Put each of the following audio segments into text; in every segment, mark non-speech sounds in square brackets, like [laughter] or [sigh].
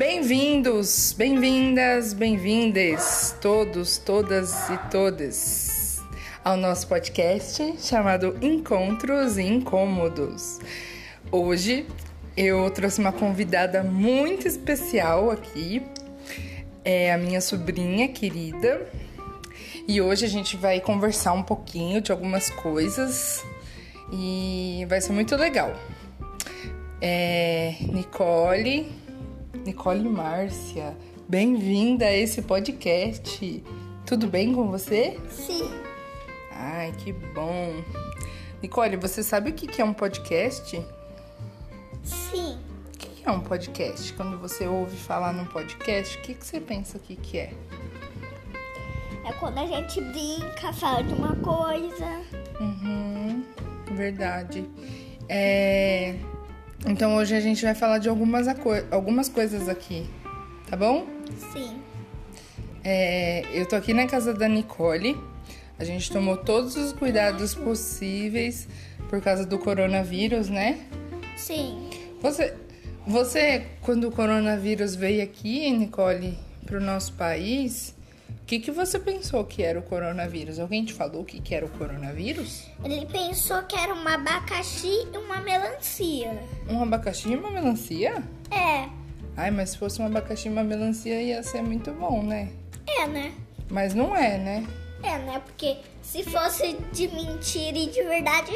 Bem-vindos, bem-vindas, bem-vindes, todos, todas e todas, ao nosso podcast chamado Encontros e Incômodos. Hoje eu trouxe uma convidada muito especial aqui, é a minha sobrinha querida, e hoje a gente vai conversar um pouquinho de algumas coisas e vai ser muito legal. É, Nicole, Nicole Márcia, bem-vinda a esse podcast. Tudo bem com você? Sim, Ai, que bom. Nicole, você sabe o que que é um podcast? sim. O que que é um podcast? Quando você ouve falar num podcast, o que, que você pensa que, que é? É quando a gente brinca, fala de uma coisa. Uhum, verdade. É, Então hoje a gente vai falar de algumas, aco- algumas coisas aqui, tá bom? Sim, É, eu tô aqui na casa da Nicole. A gente tomou todos os cuidados possíveis por causa do coronavírus, né? sim. Você, você quando o coronavírus veio aqui, Nicole, pro nosso país, o que, que você pensou que era o coronavírus? Alguém te falou o que, que era o coronavírus? Ele pensou que era um abacaxi e uma melancia. Um abacaxi e uma melancia? É, Ai, mas se fosse um abacaxi e uma melancia ia ser muito bom, né? é, né? Mas não é, né? É, né? Porque se fosse de mentira e de verdade,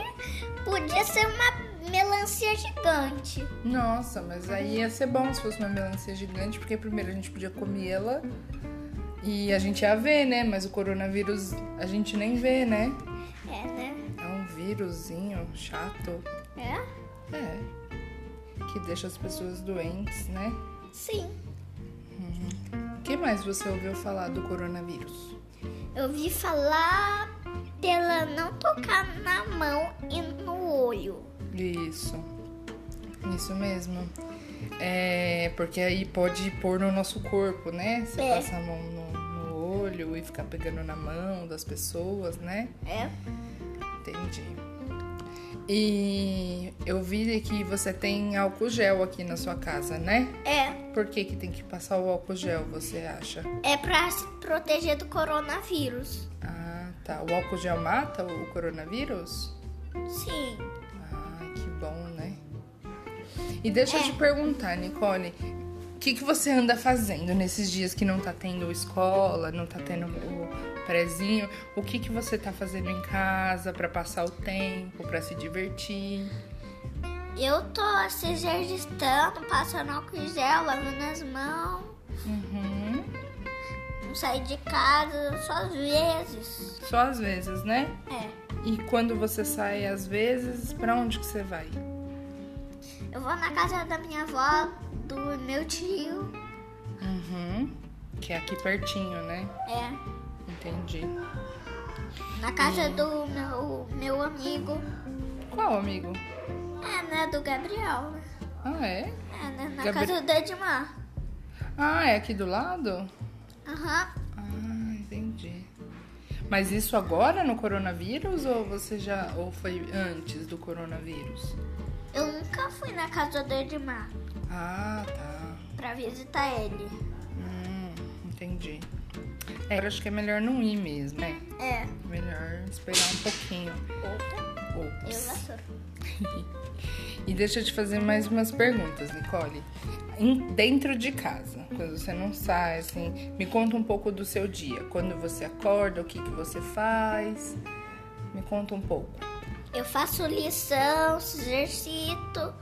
podia ser uma melancia gigante. Nossa, mas aí ia ser bom se fosse uma melancia gigante, porque primeiro a gente podia comê-la e a gente ia ver, né? Mas o coronavírus a gente nem vê, né? É, né? É um vírusinho chato. É? É. Que deixa as pessoas doentes, né? Sim. O que mais você ouviu falar do coronavírus? Eu vi falar dela não tocar na mão e no olho. Isso. Isso mesmo. É, porque aí pode pôr no nosso corpo, né? Você É. passa a mão no, no olho e ficar pegando na mão das pessoas, né? É? Entendi. E eu vi que você tem álcool gel aqui na sua casa, né? É. Por que, que tem que passar o álcool gel, você acha? É pra se proteger do coronavírus. Ah, tá. O álcool gel mata o coronavírus? Sim. Ai, que bom, né? E deixa eu É. te perguntar, Nicole, o que, que você anda fazendo nesses dias que não tá tendo escola, não tá tendo o prezinho? O que, que você tá fazendo em casa pra passar o tempo, pra se divertir? Eu tô se exercitando, passando álcool em gel, lavando as mãos. Uhum. Não saí de casa só às vezes. Só às vezes, né? É. E quando você sai às vezes, pra onde que você vai? Eu vou na casa da minha avó, do meu tio. Uhum. Que é aqui pertinho, né? É. Entendi. Na casa do meu, meu amigo. Qual, amigo? É, né? Do Gabriel. né? Ah, é? É, né? Na Gabri- casa do Edmar. Ah, é aqui do lado? Aham. Ah, entendi. Mas isso agora no coronavírus ou você já ou foi antes do coronavírus? Eu nunca fui na casa do Edmar Ah, tá. pra visitar ele. Hum, entendi. É, eu acho que é melhor não ir mesmo, né? É. Melhor esperar um pouquinho. Outra, eu Ops. vassoura. E deixa eu te fazer mais umas perguntas, Nicole. Em- dentro de casa, quando você não sai, assim, me conta um pouco do seu dia. Quando você acorda, o que, que você faz? Me conta um pouco. Eu faço lição, exercito,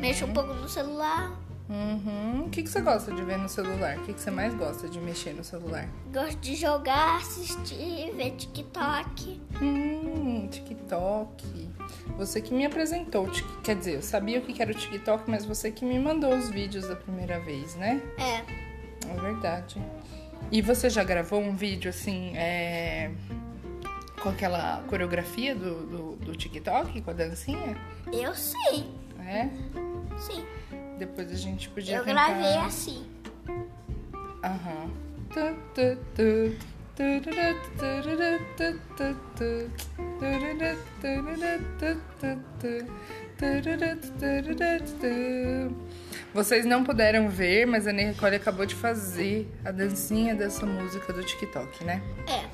mexo um pouco no celular. Uhum. O que, que você gosta de ver no celular? O que, que você mais gosta de mexer no celular? Gosto de jogar, assistir, ver TikTok. Hum, TikTok. Você que me apresentou, o Tik- quer dizer, eu sabia o que que era o TikTok, mas você que me mandou os vídeos da primeira vez, né? É, É verdade. E você já gravou um vídeo assim, é, com aquela coreografia do, do, do TikTok, com a dancinha? eu sei, É? sim. Depois a gente podia eu tentar... gravei assim. Aham. Tu, tu, tu, tururu, tururu, tu, tu, tu. Vocês não puderam ver, mas a Nicole acabou de fazer a dancinha dessa música do TikTok, né? É.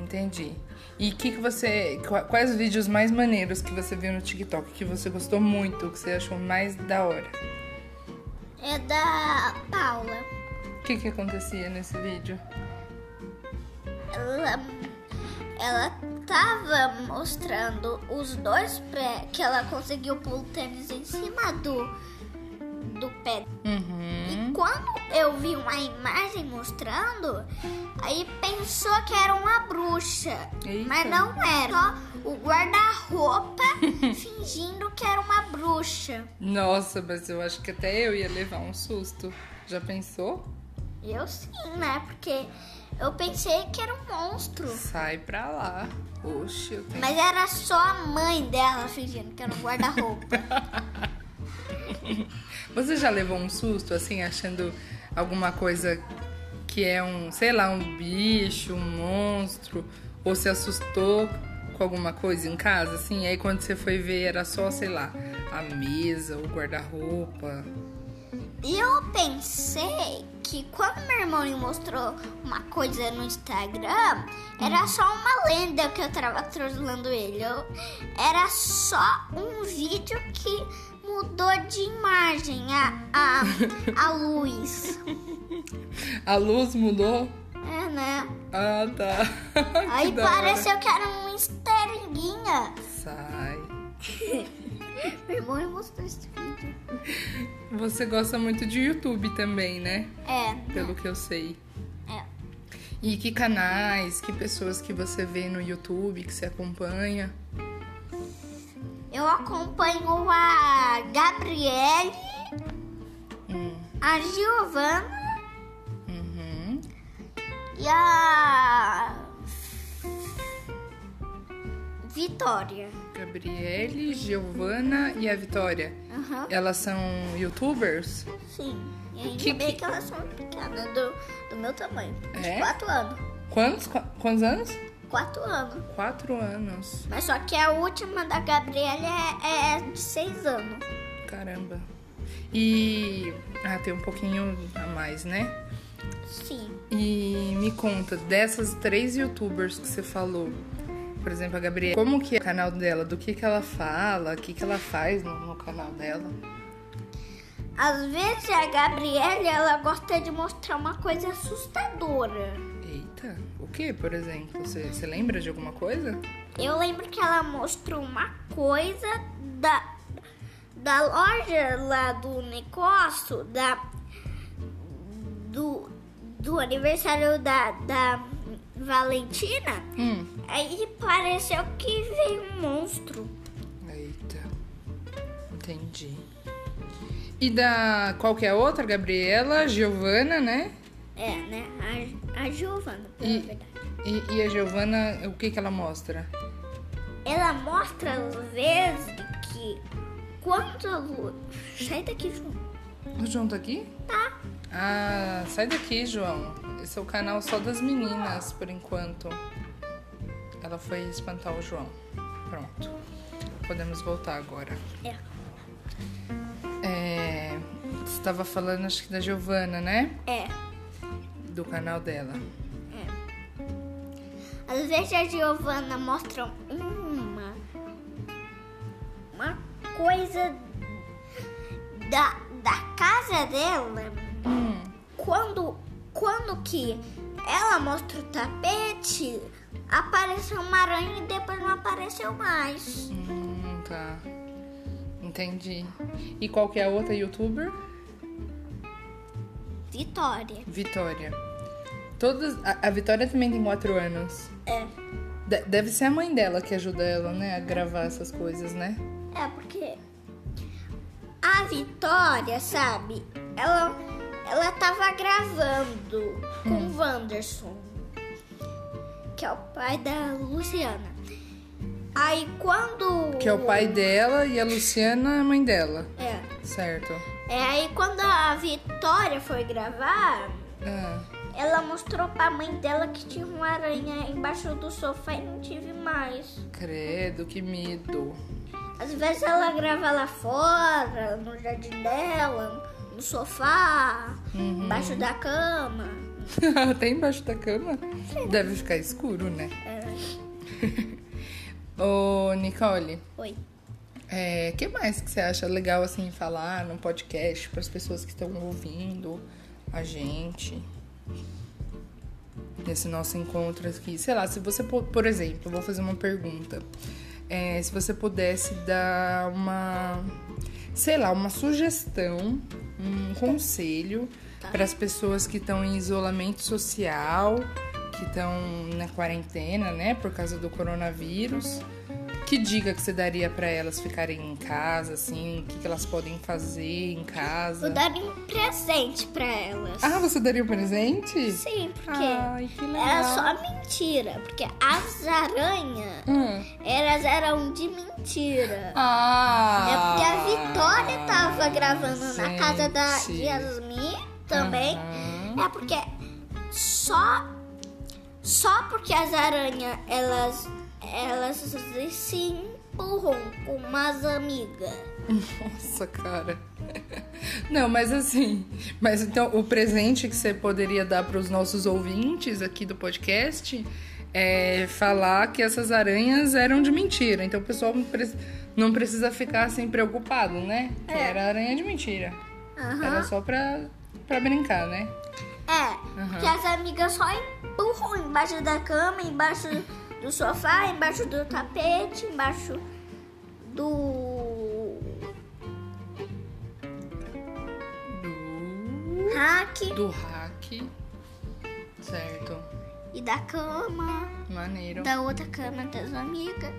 Entendi. E que que você, qua- quais vídeos mais maneiros que você viu no TikTok que você gostou muito, que você achou mais da hora? É da Paula. O que que acontecia nesse vídeo? Ela, ela tava mostrando os dois pés que ela conseguiu pôr o tênis em cima do, do pé. Uhum. E quando eu vi uma imagem mostrando, aí pensou que era uma bruxa. Eita. Mas não era. Só o guarda-roupa fingindo que era uma bruxa. Nossa, mas eu acho que até eu ia levar um susto. Já pensou? Eu sim, né? Porque eu pensei que era um monstro. Sai pra lá. Oxe, eu tenho. Mas era só a mãe dela fingindo que era um guarda-roupa. Você já levou um susto, assim, achando alguma coisa que é um, sei lá, um bicho, um monstro, ou se assustou com alguma coisa em casa, assim? Aí quando você foi ver era só, sei lá, a mesa, o guarda-roupa. E eu pensei que quando meu irmão me mostrou uma coisa no Instagram, era só uma lenda que eu tava trollando ele. Eu- era só um vídeo que mudou de imagem a, a, a luz. A luz mudou? É, né? [laughs] Ah, tá. Que Aí da hora. pareceu que era uma estrelinha. Sai. Meu irmão me mostrou esse vídeo. Você gosta muito de YouTube também, né? É, Pelo que eu sei. é. E que canais, que pessoas que você vê no YouTube, que você acompanha? Eu acompanho a Gabriele, É. a Giovana Uhum. e a Vitória. Gabriele, Giovana e a Vitória. Aham, Elas são youtubers? sim. E ainda Que- bem que elas são pequenas, do, do meu tamanho. De É? 4 anos. Quantos, qua- quantos anos? 4 anos. Quatro anos. Mas só que a última da Gabriele é, é de 6 anos. Caramba. E. Ah, tem um pouquinho a mais, né? Sim. E me conta, dessas três youtubers que você falou, por exemplo, a Gabriela, como que é o canal dela? Do que que ela fala? O que que ela faz no, no canal dela? Às vezes a Gabriele ela gosta de mostrar uma coisa assustadora. Eita, o que, por exemplo? Você, você lembra de alguma coisa? Eu lembro que ela mostrou uma coisa da, da loja lá do negócio, da, do, do aniversário da, da Valentina. Hum. Aí pareceu que veio um monstro. Eita, entendi. E da qualquer outra, Gabriela, Giovana, né? É, né? A, a Giovana, pela E, É verdade. e, e a Giovana, o que que ela mostra? Ela mostra às vezes que quando a lua. Sai daqui, João. O João tá aqui? Tá. Ah, sai daqui, João. Esse é o canal só das meninas, por enquanto. Ela foi espantar o João. Pronto. Podemos voltar agora. É. É, você estava falando, acho que da Giovana, né? É. Do canal dela. Às vezes a Giovana mostra uma uma coisa da, da casa dela quando quando que ela mostra o tapete apareceu uma aranha e depois não apareceu mais. Hum, tá. Entendi. E qual que é a outra youtuber? Vitória. Vitória. Todas. A, a Vitória também tem 4 anos. É. De- deve ser a mãe dela que ajuda ela, né? A gravar essas coisas, né? É porque a Vitória, sabe? Ela ela tava gravando com o Wanderson, que é o pai da Luciana. Aí quando Que é o pai dela e a Luciana é a mãe dela. É. Certo. É, aí quando a Vitória foi gravar, Ah, Ela mostrou pra mãe dela que tinha uma aranha embaixo do sofá e não tive mais. Credo, que medo. [laughs] Às vezes ela grava lá fora, no jardim dela, no sofá, Uhum. embaixo da cama. Até embaixo da cama? Deve ficar escuro, né? [laughs] Ô, Nicole, Oi. o É, que mais que você acha legal, assim, falar num podcast para as pessoas que estão ouvindo a gente? Nesse nosso encontro aqui. Sei lá, se você, po- por exemplo, eu vou fazer uma pergunta. É, se você pudesse dar uma, sei lá, uma sugestão, um conselho Tá. para as pessoas que estão em isolamento social, que estão na quarentena, né, por causa do coronavírus. Que dica que você daria para elas ficarem em casa, assim? O que, que elas podem fazer em Vou casa? dar um presente pra elas. Ah, você daria um presente? Sim, porque Ai, que legal. era só mentira. Porque as aranhas, Hum. elas eram de mentira. É Ah! porque a Vitória tava gravando na casa da gente. Yasmin também. Aham. É porque só só porque as aranhas elas elas se empurram com umas amigas. Nossa, cara. Não, mas assim, mas então o presente que você poderia dar para os nossos ouvintes aqui do podcast é falar que essas aranhas eram de mentira. Então o pessoal não pre- não precisa ficar assim preocupado, né? Que É. era aranha de mentira. Era só pra, pra brincar, né? É, porque as amigas só empurram embaixo da cama, embaixo do sofá, embaixo do tapete, embaixo do Do, rack do hack. Certo. e da cama, Maneiro. da outra cama das amigas.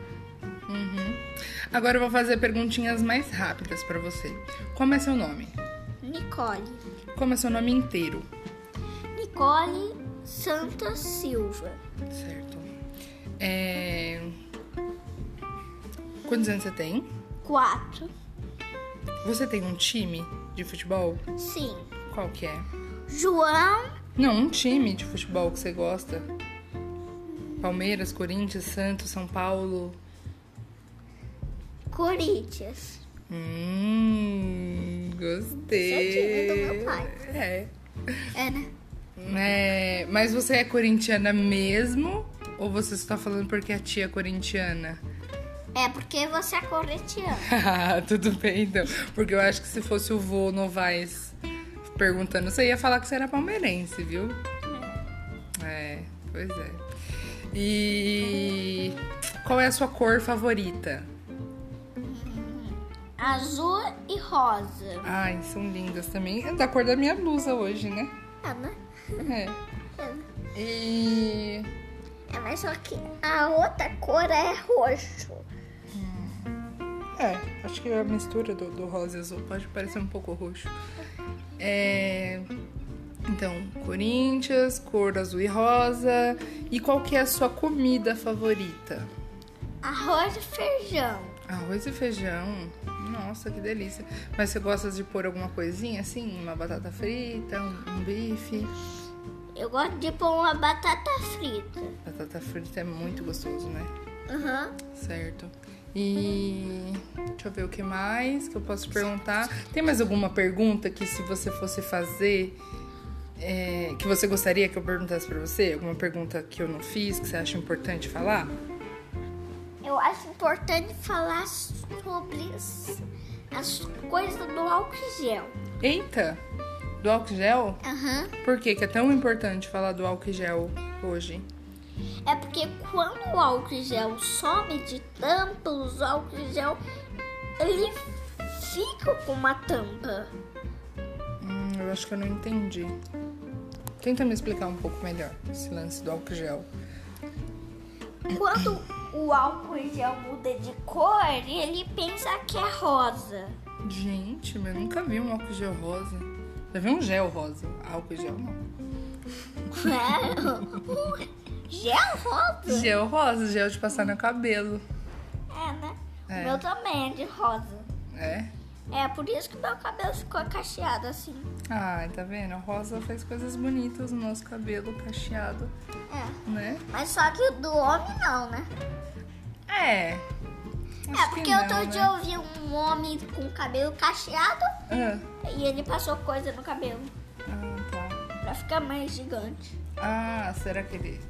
Uhum. Agora eu vou fazer perguntinhas mais rápidas pra você. Como é seu nome? Nicole. Como é seu nome inteiro? Nicole Santa Silva. Certo. É... Quantos anos você tem? 4. Você tem um time de futebol? Sim. Qual que é? João, Não, um time de futebol que você gosta. Palmeiras, Corinthians, Santos, São Paulo. Corinthians. Hum, gostei. Esse é o time do meu pai. É. É, né? É, mas você é corintiana mesmo? Ou você só tá falando porque a tia é corintiana? [laughs] É porque você é corintiano. Ah, Tudo bem, então. Porque eu acho que se fosse o vô Novaes perguntando, você ia falar que você era palmeirense, viu? É, pois é. E qual é a sua cor favorita? Azul e rosa. Ai, são lindas também. É da cor da minha blusa hoje, né? É, né? É. É, né? E É, mas só que a outra cor é roxo. É, acho que a mistura do, do rosa e azul pode parecer um pouco roxo. É, então, Corinthians, cor azul e rosa. E qual que é a sua comida favorita? Arroz e feijão. Arroz e feijão. Nossa, que delícia. Mas você gosta de pôr alguma coisinha assim? Uma batata frita, um, um bife? Eu gosto de pôr uma batata frita. Batata frita é muito gostoso, né? Aham. Certo. E deixa eu ver o que mais que eu posso te perguntar. Tem mais alguma pergunta que se você fosse fazer, é, que você gostaria que eu perguntasse pra você? Alguma pergunta que eu não fiz, que você acha importante falar? Eu acho importante falar sobre as, as coisas do álcool em gel. Eita! Do álcool gel? Aham. Por que que é tão importante falar do álcool gel hoje? É porque quando o álcool em gel some de tampa, os álcool em gel ele fica com uma tampa. Hum, eu acho que eu não entendi. Tenta me explicar um pouco melhor esse lance do álcool gel. Quando o álcool em gel muda de cor, ele pensa que é rosa. Gente, mas eu nunca vi um álcool gel rosa. Já vi um gel rosa. Álcool gel não. né? [laughs] É, gel rosa? Gel rosa, gel de passar no cabelo. É, né? É. O meu também é de rosa. É? É por isso que meu cabelo ficou cacheado assim. Ai, tá vendo? A Rosa faz coisas bonitas no nosso cabelo cacheado, É. né? Mas só que o do homem não, né? É. é, porque eu outro dia eu vi um homem com cabelo cacheado Ah, e ele passou coisa no cabelo ah, tá. pra ficar mais gigante. Ah, será que ele.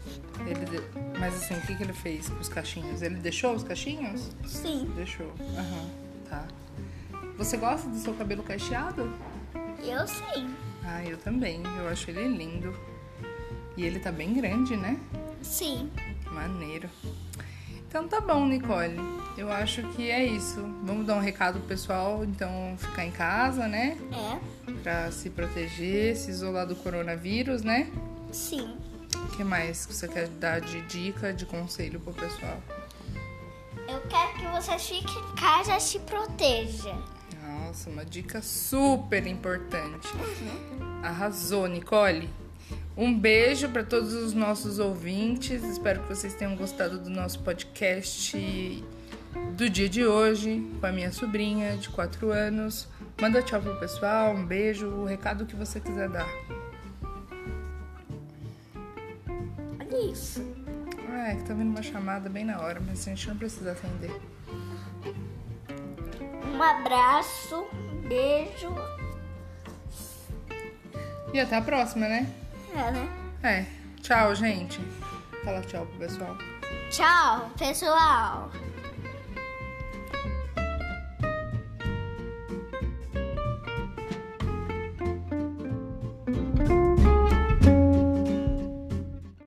ele de- Mas assim, o que, que ele fez com os cachinhos? Ele deixou os cachinhos? Sim, Deixou. Aham, tá. Você gosta do seu cabelo cacheado? eu sim. Ah, eu também. Eu acho ele lindo. E ele tá bem grande, né? Sim. Maneiro. Então tá bom, Nicole. Eu acho que é isso. Vamos dar um recado pro pessoal, então, ficar em casa, né? É. Pra se proteger, se isolar do coronavírus, né? Sim. O que mais que você quer dar de dica, de conselho pro pessoal? Eu quero que vocês fiquem em casa e se proteja. Nossa, uma dica super importante. Arrasou, Nicole. Um beijo para todos os nossos ouvintes. Espero que vocês tenham gostado do nosso podcast do dia de hoje com a minha sobrinha de 4 anos. Manda tchau pro pessoal, um beijo, o recado que você quiser dar. Olha isso. Ah, é que tá vindo uma chamada bem na hora, mas a gente não precisa atender. Um abraço, um beijo. E até a próxima, né? É, né? É. Tchau, gente. Fala tchau pro pessoal. Tchau, pessoal.